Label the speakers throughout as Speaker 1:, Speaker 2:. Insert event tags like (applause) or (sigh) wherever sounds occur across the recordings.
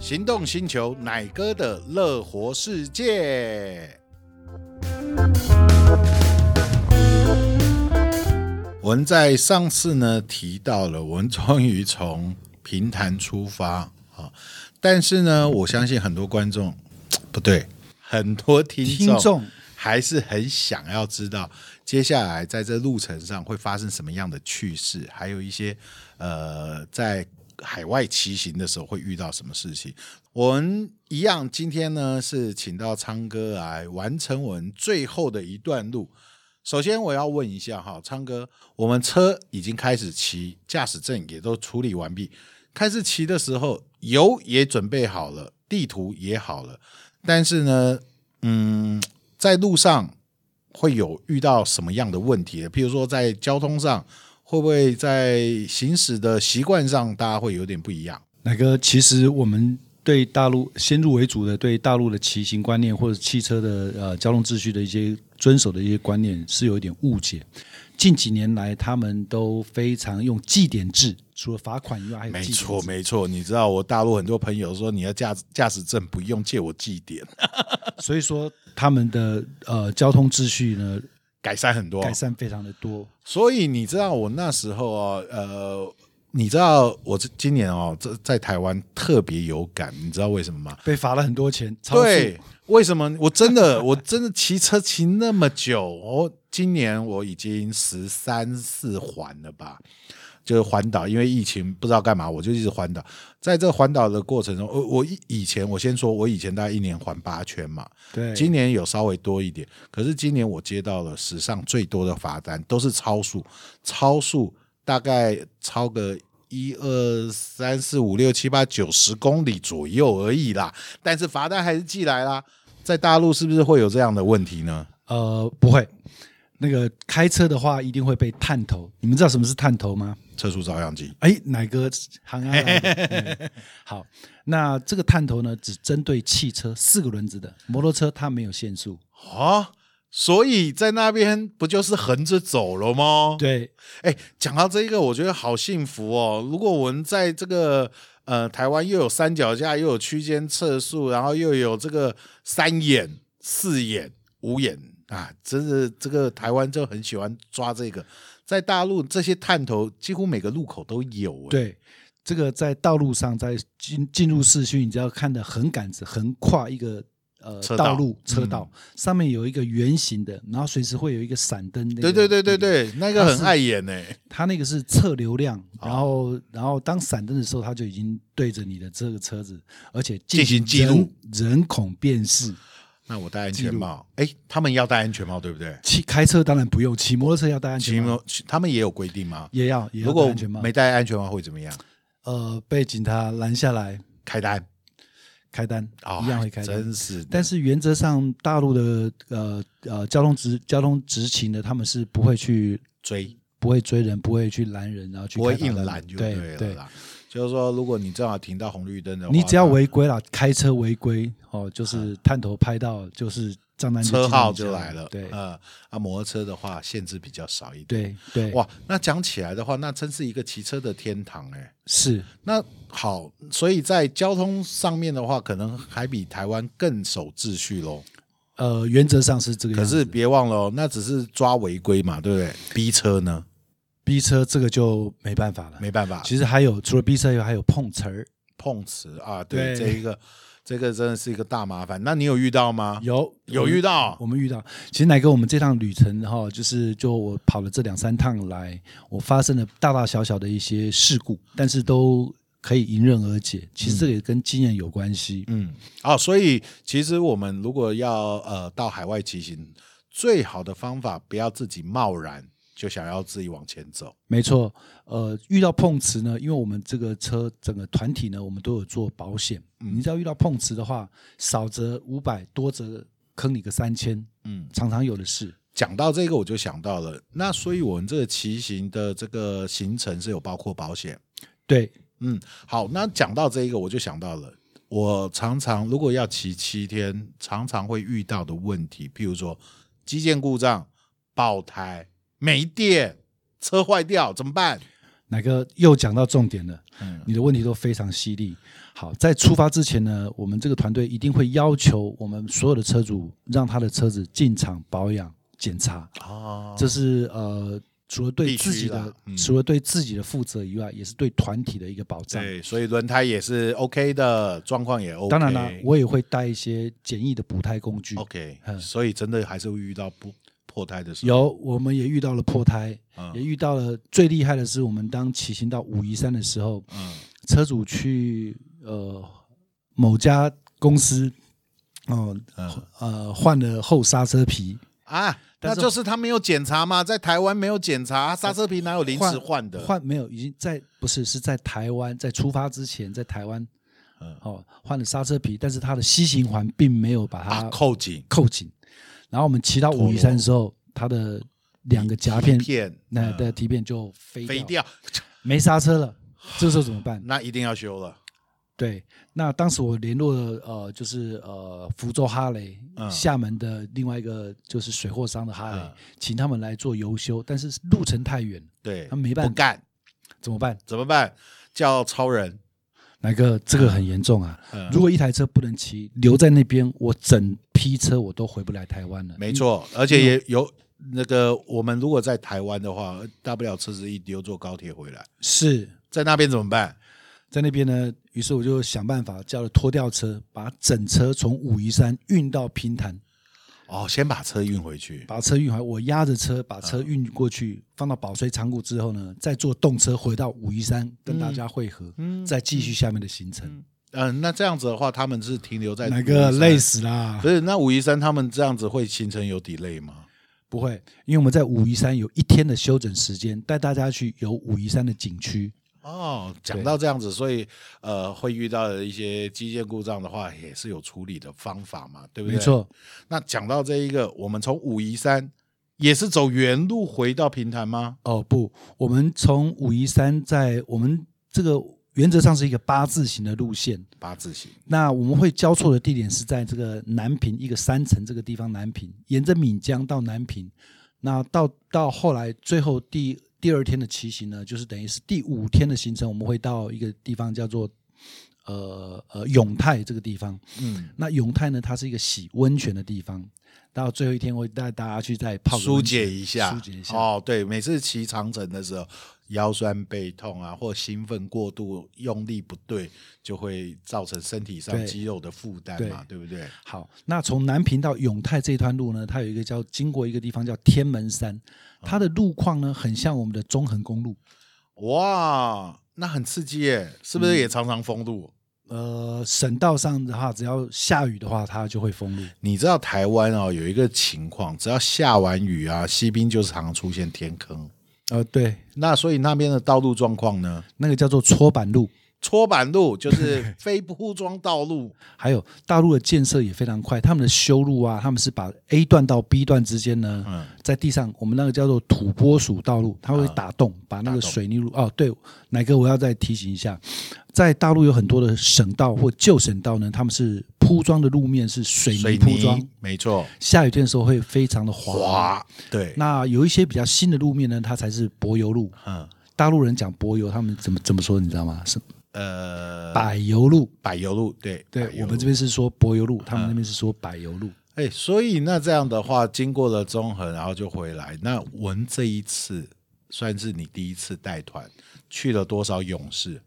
Speaker 1: 行动星球奶哥的乐活世界。我们在上次呢提到了，我们终于从平潭出发啊、但是呢，我相信很多观众不对，很多听
Speaker 2: 听众
Speaker 1: 还是很想要知道接下来在这路程上会发生什么样的趣事，还有一些呃在海外骑行的时候会遇到什么事情。我们一样，今天呢是请到昌哥来完成我们最后的一段路。首先，我要问一下哈，昌哥，我们车已经开始骑，驾驶证也都处理完毕，开始骑的时候油也准备好了，地图也好了，但是呢，嗯，在路上会有遇到什么样的问题呢？譬如说在交通上，会不会在行驶的习惯上，大家会有点不一样？
Speaker 2: 那个，其实我们对大陆先入为主的对大陆的骑行观念或者汽车的呃交通秩序的一些遵守的一些观念是有一点误解。近几年来，他们都非常用绩点制，除了罚款以外，还有
Speaker 1: 没
Speaker 2: 绩点
Speaker 1: 错，
Speaker 2: 制
Speaker 1: 没错。你知道我大陆很多朋友说，你要驾驾驶证不用借我记点，
Speaker 2: 所以说他们的呃交通秩序呢
Speaker 1: 改善很多，
Speaker 2: 改善非常的多。
Speaker 1: 所以你知道我那时候哦，呃，你知道我这今年哦，这在台湾特别有感，你知道为什么吗？
Speaker 2: 被罚了很多钱，超速
Speaker 1: 对，为什么？我真的， (laughs) 我真的骑车骑那么久，我今年我已经十三四环了吧。就是环岛，因为疫情不知道干嘛，我就一直环岛。在这环岛的过程中，我我以以前我先说，我以前大概一年环八圈嘛，
Speaker 2: 对，
Speaker 1: 今年有稍微多一点，可是今年我接到了史上最多的罚单，都是超速，超速大概超个一二三四五六七八九十公里左右而已啦，但是罚单还是寄来啦。在大陆是不是会有这样的问题呢？
Speaker 2: 呃不会。那个开车的话，一定会被探头。你们知道什么是探头吗？
Speaker 1: 测速照相机，
Speaker 2: 哎，奶哥行啊、嗯好，那这个探头呢，只针对汽车四个轮子的，摩托车它没有限速。
Speaker 1: 哦，所以在那边不就是横着走了吗？
Speaker 2: 对，
Speaker 1: 哎，讲到这个，我觉得好幸福哦！如果我们在这个呃台湾又有三脚架，又有区间测速，然后又有这个三眼、四眼、五眼啊，真的这个台湾就很喜欢抓这个。在大陆这些探头几乎每个路口都有、哎，
Speaker 2: 对，这个在道路上，在进进入市区，你只要看的横杆子横跨一个呃
Speaker 1: 车道嗯
Speaker 2: 道路车道，上面有一个圆形的，然后随时会有一个闪灯、那个。
Speaker 1: 对对对对对，那个
Speaker 2: 它
Speaker 1: 很
Speaker 2: 是
Speaker 1: 碍眼哎、
Speaker 2: 它那个是测流量，
Speaker 1: 哦
Speaker 2: 然后、然后当闪灯的时候，它就已经对着你的这个车子，而且进
Speaker 1: 进行记
Speaker 2: 人
Speaker 1: 录
Speaker 2: 人孔辨识。
Speaker 1: 那我戴安全帽，哎，他们要戴安全帽对不对？
Speaker 2: 骑开车当然不用，骑摩托车要戴安
Speaker 1: 骑
Speaker 2: 全帽，
Speaker 1: 摩他们也有规定吗？
Speaker 2: 也要也要
Speaker 1: 如
Speaker 2: 戴
Speaker 1: 果
Speaker 2: 安全帽。
Speaker 1: 没戴安全帽会怎么样？
Speaker 2: 呃，被警察拦下来
Speaker 1: 开单
Speaker 2: 开单，
Speaker 1: 哦，
Speaker 2: 一样会开单。
Speaker 1: 真是的。
Speaker 2: 但是原则上，大陆的呃呃交通执交通执勤的，他们是不会去
Speaker 1: 追
Speaker 2: 不会追人，不会去拦人，然后去
Speaker 1: 不会
Speaker 2: 开罚
Speaker 1: 硬
Speaker 2: 单
Speaker 1: 拦就
Speaker 2: 对
Speaker 1: 了啦。就是说，如果你正好停到红绿灯的话，
Speaker 2: 你只要违规了，开车违规哦，就是探头拍到，就是账单
Speaker 1: 那
Speaker 2: 就
Speaker 1: (laughs) 啊车
Speaker 2: 记到
Speaker 1: 号
Speaker 2: 你
Speaker 1: 就
Speaker 2: 家
Speaker 1: 来了。
Speaker 2: 对
Speaker 1: 呃，啊，摩托车的话限制比较少一点。
Speaker 2: 对对，
Speaker 1: 哇，那讲起来的话，那真是一个骑车的天堂哎、
Speaker 2: 是
Speaker 1: 那好，所以在交通上面的话，可能还比台湾更守秩序喽。
Speaker 2: 呃，原则上是这啊个
Speaker 1: 可
Speaker 2: 样子。
Speaker 1: 是别忘了、哦，那只是抓违规嘛，对不对？逼车呢，
Speaker 2: 逼车这个就没办法了。
Speaker 1: 没办法，
Speaker 2: 其实还有除了逼车以外，还有碰瓷儿。
Speaker 1: 碰瓷啊，对，
Speaker 2: 对
Speaker 1: 这一个，这个真的是一个大麻烦。那你有遇到吗？
Speaker 2: 有
Speaker 1: 有遇到
Speaker 2: 我们遇到，其实奶哥，我们这趟旅程哈，就是就我跑了这两三趟来，我发生了大大小小的一些事故，但是都可以迎刃而解。其实这个也跟经验有关系。
Speaker 1: 嗯，哦，所以其实我们如果要呃到海外骑行，最好的方法不要自己贸然就想要自己往前走。
Speaker 2: 没错，呃，遇到碰瓷呢，因为我们这个车整个团体呢，我们都有做保险。
Speaker 1: 嗯
Speaker 2: 你只要遇到碰瓷的话，少则五百，多则坑你个三千，
Speaker 1: 嗯，
Speaker 2: 常常有的是。
Speaker 1: 讲到这个我就想到了，那所以我们这个骑行的这个行程是有包括保险。
Speaker 2: 对，
Speaker 1: 嗯，好，那讲到这一个我就想到了，我常常如果要骑七天，常常会遇到的问题，譬如说机件故障、爆胎、没电、车坏掉怎么办？
Speaker 2: 哪个又讲到重点了。
Speaker 1: 嗯
Speaker 2: 你的问题都非常犀利。好，在出发之前呢，我们这个团队一定会要求我们所有的车主让他的车子进厂保养检查，
Speaker 1: 哦，
Speaker 2: 这是呃。除了对
Speaker 1: 必须
Speaker 2: 自己的
Speaker 1: 啦，嗯
Speaker 2: 除了对自己的负责以外，也是对团体的一个保障。
Speaker 1: 对，所以轮胎也是 OK 的，状况也 OK。
Speaker 2: 当然啦，我也会带一些简易的补胎工具。
Speaker 1: OK，
Speaker 2: 嗯
Speaker 1: 所以真的还是会遇到破破胎的时候。
Speaker 2: 有，我们也遇到了破胎，
Speaker 1: 嗯
Speaker 2: 也遇到了最厉害的是，我们当骑行到武夷山的时候，
Speaker 1: 嗯
Speaker 2: 车主去呃某家公司，哦、
Speaker 1: 嗯
Speaker 2: 呃换了后刹车皮，
Speaker 1: 啊，
Speaker 2: 但
Speaker 1: 那
Speaker 2: 是
Speaker 1: 就是他没有检查嘛，在台湾没有检查，刹车皮哪有临时换的？
Speaker 2: 换没有，已经在不是是在台湾，在出发之前在台湾，
Speaker 1: 嗯
Speaker 2: 哦换了刹车皮，但是它的吸行环并没有把
Speaker 1: 啊，
Speaker 2: 它
Speaker 1: 扣紧
Speaker 2: 扣紧，然后我们骑到武夷山的时候，它的两个夹片。
Speaker 1: 片嗯
Speaker 2: 那的蹄片就飞
Speaker 1: 飞掉， (laughs)
Speaker 2: 没刹车了，这时候怎么办？
Speaker 1: 那一定要修了。
Speaker 2: 对，那当时我联络了呃，就是呃福州哈雷、
Speaker 1: 嗯
Speaker 2: 厦门的另外一个就是水货商的哈雷，
Speaker 1: 嗯
Speaker 2: 请他们来做油修，但是路程太远，
Speaker 1: 对，
Speaker 2: 他没办法
Speaker 1: 不干
Speaker 2: 怎么办？
Speaker 1: 怎么办？叫超人。
Speaker 2: 哪个这个很严重啊！
Speaker 1: 嗯
Speaker 2: 如果一台车不能骑，留在那边，我整批车我都回不来台湾了。
Speaker 1: 没错，
Speaker 2: 嗯
Speaker 1: 而且也有那个，我们如果在台湾的话，大不了车子一丢，坐高铁回来，
Speaker 2: 是
Speaker 1: 在那边怎么办？
Speaker 2: 在那边呢，于是我就想办法叫了拖吊车，把整车从武夷山运到平潭，
Speaker 1: 哦，先把车运回去。
Speaker 2: 把车运回来，我压着车把
Speaker 1: 啊
Speaker 2: 车
Speaker 1: 嗯
Speaker 2: 运过去，放到保税仓库之后呢，再坐动车回到武夷山跟大家会合，再继续下面的行程。
Speaker 1: 嗯、那这样子的话，他们是停留在
Speaker 2: 哪个累
Speaker 1: 死？
Speaker 2: 死啦
Speaker 1: 不？是，那武夷山他们这样子会形成有 delay 吗？
Speaker 2: 不会，因为我们在武夷山有一天的休整时间，带大家去游武夷山的景区。
Speaker 1: 哦，讲到这样子，所以呃，会遇到的一些基建故障的话，也是有处理的方法嘛，对不对？
Speaker 2: 没。错，
Speaker 1: 那讲到这一个，我们从武夷山也是走原路回到平潭吗？
Speaker 2: 哦不，我们从武夷山在我们这个原则上是一个八字形的路线，
Speaker 1: 八字形，
Speaker 2: 那我们会交错的地点是在这个南平一个山城这个地方，南平沿着闽江到南平，那到到后来最后第第二天的骑行呢，就是等于是第五天的行程，我们会到一个地方叫做呃呃永泰这个地方。
Speaker 1: 嗯，
Speaker 2: 那永泰呢，它是一个洗温泉的地方，到最后一天我会带大家去再泡个
Speaker 1: 疏
Speaker 2: 温泉
Speaker 1: 解一下，
Speaker 2: 疏解一下。
Speaker 1: 哦，对，每次骑长城的时候，腰酸背痛啊，或兴奋过度、用力不对，就会造成身体上
Speaker 2: 对
Speaker 1: 肌肉的负担嘛，对不对？
Speaker 2: 好，那从南平到永泰这一段路呢，它有一个叫经过一个地方叫天门山，它的路况呢很像我们的中横公路，
Speaker 1: 哇，那很刺激耶！是不是也常常封路？
Speaker 2: 呃，省道上的话，只要下雨的话，它就会封路。
Speaker 1: 你知道台湾哦，有一个情况，只要下完雨啊，西滨就是常常出现天坑。
Speaker 2: 呃，对，
Speaker 1: 那所以那边的道路状况呢？ (laughs)
Speaker 2: 那个叫做搓板路。
Speaker 1: 搓板路就是非铺装道路，
Speaker 2: 还有大陆的建设也非常快，他们的修路啊，他们是把 A 段到 B 段之间呢，
Speaker 1: 嗯
Speaker 2: 在地上我们那个叫做土拨鼠道路，它会打洞，把那个水泥路
Speaker 1: 啊
Speaker 2: 哦，对，奶哥我要再提醒一下，在大陆有很多的省道或旧省道呢，他们是铺装的路面是水
Speaker 1: (laughs)
Speaker 2: 泥
Speaker 1: 水
Speaker 2: 铺装，
Speaker 1: 泥没错，
Speaker 2: 下雨天的时候会非常的滑。
Speaker 1: 滑对，
Speaker 2: 那有一些比较新的路面呢，它才是柏油路。
Speaker 1: 嗯
Speaker 2: 大陆人讲柏油，他们怎么怎么说，你知道吗？是
Speaker 1: 呃，
Speaker 2: 柏油路。
Speaker 1: 柏油路对，柏
Speaker 2: 对
Speaker 1: 油
Speaker 2: 我
Speaker 1: 路
Speaker 2: 们这边是说柏油路，他们那边是说柏油路。
Speaker 1: 哎，所以那这样的话，经过了中横，然后就回来。那文这一次算是你第一次带团，去了多少勇士？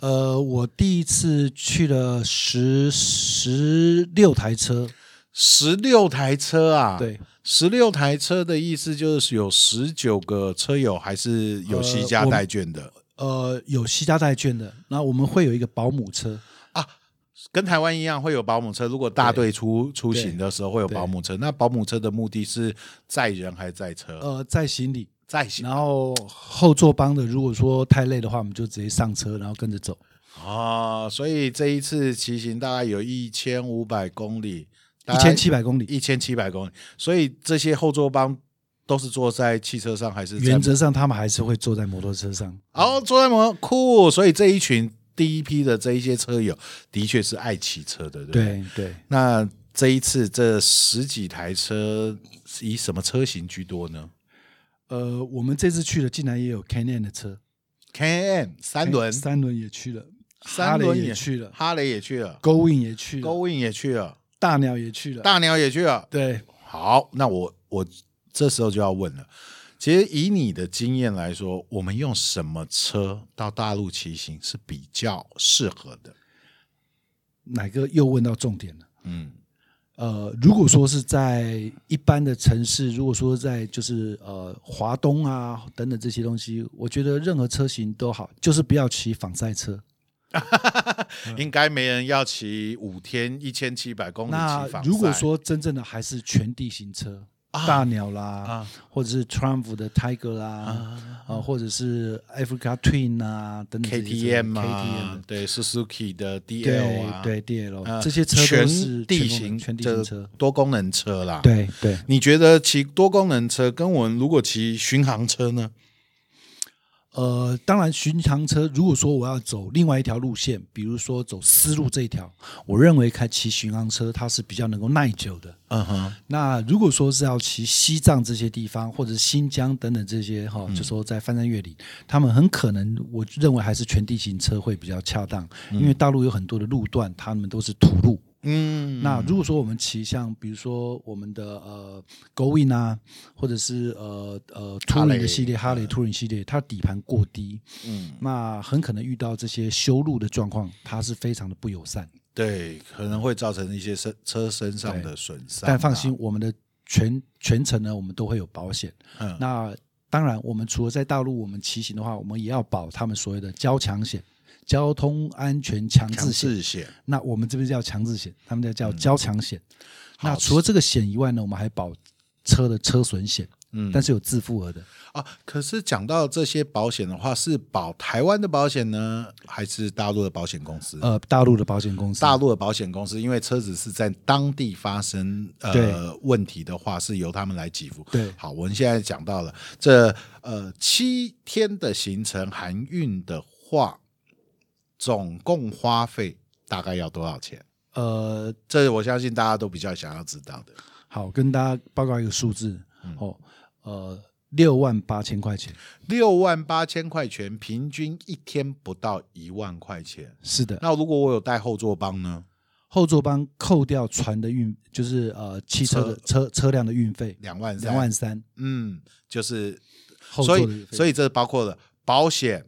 Speaker 2: 呃，我第一次去了十十六台车，
Speaker 1: 十六台车啊！，
Speaker 2: 对，
Speaker 1: 十六台车的意思就是有十九个车友还是有西家带眷的、
Speaker 2: 呃，有西家带券的，那我们会有一个保姆车，
Speaker 1: 啊。跟台湾一样会有保姆车，如果大队出出行的时候会有
Speaker 2: 对
Speaker 1: 保姆车。那保姆车的目的是载人还是载车？
Speaker 2: 呃，载行李，
Speaker 1: 载行
Speaker 2: 然后后座帮的，如果说太累的话，我们就直接上车，然后跟着走。
Speaker 1: 哦，所以这一次骑行大概有一千五百公里，
Speaker 2: 一千七百公里，
Speaker 1: 一千七百公里，所以这些后座帮都是坐在汽车上还是在
Speaker 2: 原？则上他们还是会坐在摩托车上。
Speaker 1: 哦，坐在摩酷，所以这一群第一批的这一些车友的确是爱骑车的，对不对？
Speaker 2: 对对，
Speaker 1: 那这一次这十几台车以什么车型居多呢？
Speaker 2: 呃，我们这次去的竟然也有 Canon 的车，
Speaker 1: KM 三轮，
Speaker 2: 三轮也去了，
Speaker 1: 三轮
Speaker 2: 哈雷也去了
Speaker 1: 哈雷也去了
Speaker 2: ，Going 也去了，
Speaker 1: ，Going 也去了，
Speaker 2: 大鸟也去了，
Speaker 1: 大鸟也去了。
Speaker 2: 对，
Speaker 1: 好，那我我这时候就要问了，其实以你的经验来说，我们用什么车到大陆骑行是比较适合的？
Speaker 2: 哪个又问到重点了？
Speaker 1: 嗯，
Speaker 2: 呃，如果说是在一般的城市，如果说在就是呃华东啊等等这些东西，我觉得任何车型都好，就是不要骑仿赛车。嗯
Speaker 1: 应该没人要骑五天一千七百公里
Speaker 2: 那
Speaker 1: 骑防
Speaker 2: 如果
Speaker 1: 晒
Speaker 2: 说真正的还是全地形车，
Speaker 1: 啊
Speaker 2: 大鸟啦，
Speaker 1: 啊
Speaker 2: 或者是 Triumph 的 Tiger 啦，啊、或者是 Africa Twin 啊等等这些车
Speaker 1: KTM 啊
Speaker 2: KTM，
Speaker 1: 对 Suzuki 的 DL
Speaker 2: 对、
Speaker 1: 啊，
Speaker 2: 对 DL、
Speaker 1: 呃，
Speaker 2: 这些车都是
Speaker 1: 全地
Speaker 2: 功能
Speaker 1: 形
Speaker 2: 全地
Speaker 1: 这
Speaker 2: 形车，
Speaker 1: 多功能车啦。，
Speaker 2: 对对。
Speaker 1: 你觉得骑多功能车跟我们如果骑巡航车呢？
Speaker 2: 呃，当然，巡航车如果说我要走另外一条路线，比如说走丝路这一条，我认为开骑巡航车它是比较能够耐久的。
Speaker 1: 嗯哼，
Speaker 2: 那如果说是要骑西藏这些地方，或者是新疆等等这些哈、就说在翻山越岭，他们很可能，我认为还是全地形车会比较恰当，因为大陆有很多的路段，他们都是土路。
Speaker 1: 嗯，
Speaker 2: 那如果说我们骑像比如说我们的呃 Going 啊，或者是呃呃
Speaker 1: 哈
Speaker 2: 突
Speaker 1: 雷
Speaker 2: 然的系列，
Speaker 1: 嗯
Speaker 2: 哈雷突然系列，它底盘过低，嗯，那很可能遇到这些修路的状况，它是非常的不友善。
Speaker 1: 对，可能会造成一些身车身上的损伤啊。
Speaker 2: 但放心，我们的全全程呢，我们都会有保险。
Speaker 1: 嗯
Speaker 2: 那当然，我们除了在大陆我们骑行的话，我们也要保他们所谓的交强险、交通安全强
Speaker 1: 强
Speaker 2: 制险。
Speaker 1: 制险，
Speaker 2: 那我们这边叫强制险，他们叫叫交强险。
Speaker 1: 嗯好
Speaker 2: 那除了这个险以外呢，我们还保车的车损险，
Speaker 1: 嗯
Speaker 2: 但是有自付额的。
Speaker 1: 啊。可是讲到这些保险的话，是保台湾的保险呢，还是大陆的保险公司？
Speaker 2: 呃，大陆的保险公司，
Speaker 1: 嗯大陆的保险公司，因为车子是在当地发生呃
Speaker 2: 对
Speaker 1: 问题的话，是由他们来给付。
Speaker 2: 对
Speaker 1: 好，我们现在讲到了这呃七天的行程含运的话，总共花费大概要多少钱？
Speaker 2: 呃，
Speaker 1: 这我相信大家都比较想要知道的。
Speaker 2: 好，跟大家报告一个数字、
Speaker 1: 嗯
Speaker 2: 哦，呃，六万八千块钱。
Speaker 1: 六万八千块钱，平均一天不到一万块钱。
Speaker 2: 是的，
Speaker 1: 那如果我有带后座帮呢？
Speaker 2: 后座帮扣掉船的运，就是呃汽车的车车辆的运费
Speaker 1: 两万三，
Speaker 2: 两万，三，
Speaker 1: 嗯，就是
Speaker 2: 后
Speaker 1: 所
Speaker 2: 座的运
Speaker 1: 以
Speaker 2: 费
Speaker 1: 所以这包括了保险、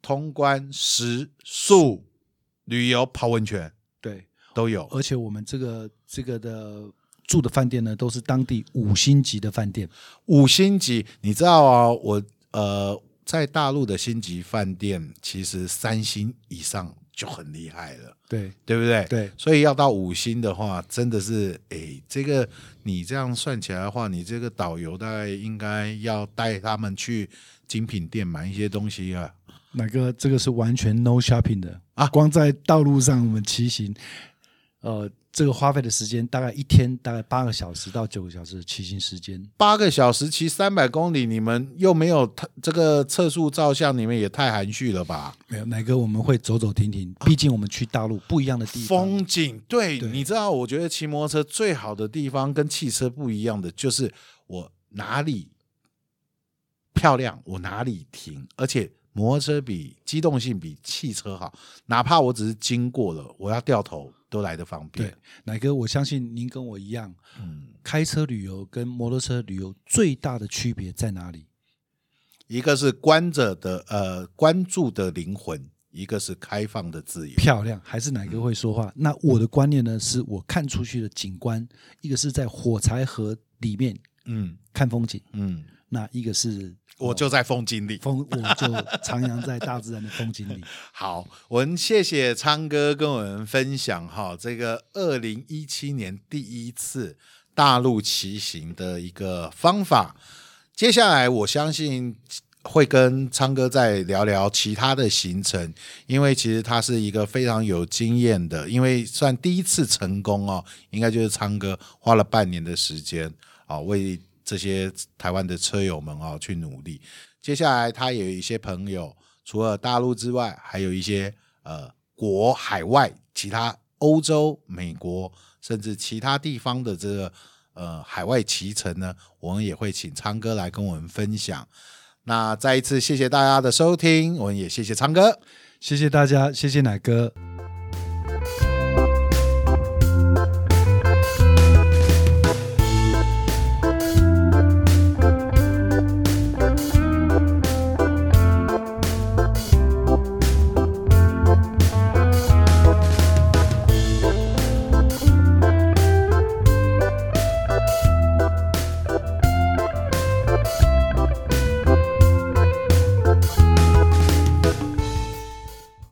Speaker 1: 通关、食宿、旅游、泡温泉
Speaker 2: 对，
Speaker 1: 都有。
Speaker 2: 而且我们这个这个的住的饭店呢，都是当地五星级的饭店，
Speaker 1: 五星级，你知道啊、我呃，在大陆的星级饭店，其实三星以上就很厉害了。
Speaker 2: 对
Speaker 1: 对不对？
Speaker 2: 对
Speaker 1: 所以要到五星的话，真的是，哎，这个你这样算起来的话，你这个导游大概应该要带他们去精品店买一些东西啊。
Speaker 2: 哪个这个是完全 no shopping 的
Speaker 1: 啊
Speaker 2: 光在道路上我们骑行，呃，这个花费的时间大概一天大概八个小时到九个小时的骑行时间，
Speaker 1: 八个小时骑三百公里，你们又没有特这个测速照相，你们也太含蓄了吧？
Speaker 2: 没有哪个我们会走走停停，毕竟我们去大陆不一样的地方，
Speaker 1: 啊风景，对，
Speaker 2: 对
Speaker 1: 你知道，我觉得骑摩托车最好的地方跟汽车不一样的，就是我哪里漂亮，我哪里停，而且摩托车比机动性比汽车好，哪怕我只是经过了，我要掉头都来得方
Speaker 2: 对
Speaker 1: 便。，
Speaker 2: 奶哥，我相信您跟我一样，
Speaker 1: 嗯，
Speaker 2: 开车旅游跟摩托车旅游最大的区别在哪
Speaker 1: 嗯
Speaker 2: 里？
Speaker 1: 一个是关着的呃关注的灵魂，一个是开放的自由。
Speaker 2: 漂亮还是哪个会说话？那我的观念呢，是我看出去的景观，一个是在火柴盒里面
Speaker 1: 嗯
Speaker 2: 看风景，
Speaker 1: 嗯，
Speaker 2: 那一个是
Speaker 1: 我就在风景里。
Speaker 2: 风，我就徜徉在大自然的风 (laughs) 景里。
Speaker 1: 好，我们谢谢昌哥跟我们分享哈，这个二零一七年第一次大陆骑行的一个方法。接下来我相信会跟昌哥再聊聊其他的行程，因为其实他是一个非常有经验的，因为算第一次成功哦，应该就是昌哥花了半年的时间啊、为这些台湾的车友们哦去努力。接下来他也有一些朋友，除了大陆之外，还有一些呃国海外其他欧洲、美国甚至其他地方的这个呃海外骑乘呢，我们也会请昌哥来跟我们分享。那再一次谢谢大家的收听，我们也谢谢昌哥。
Speaker 2: 谢谢大家，谢谢奶哥。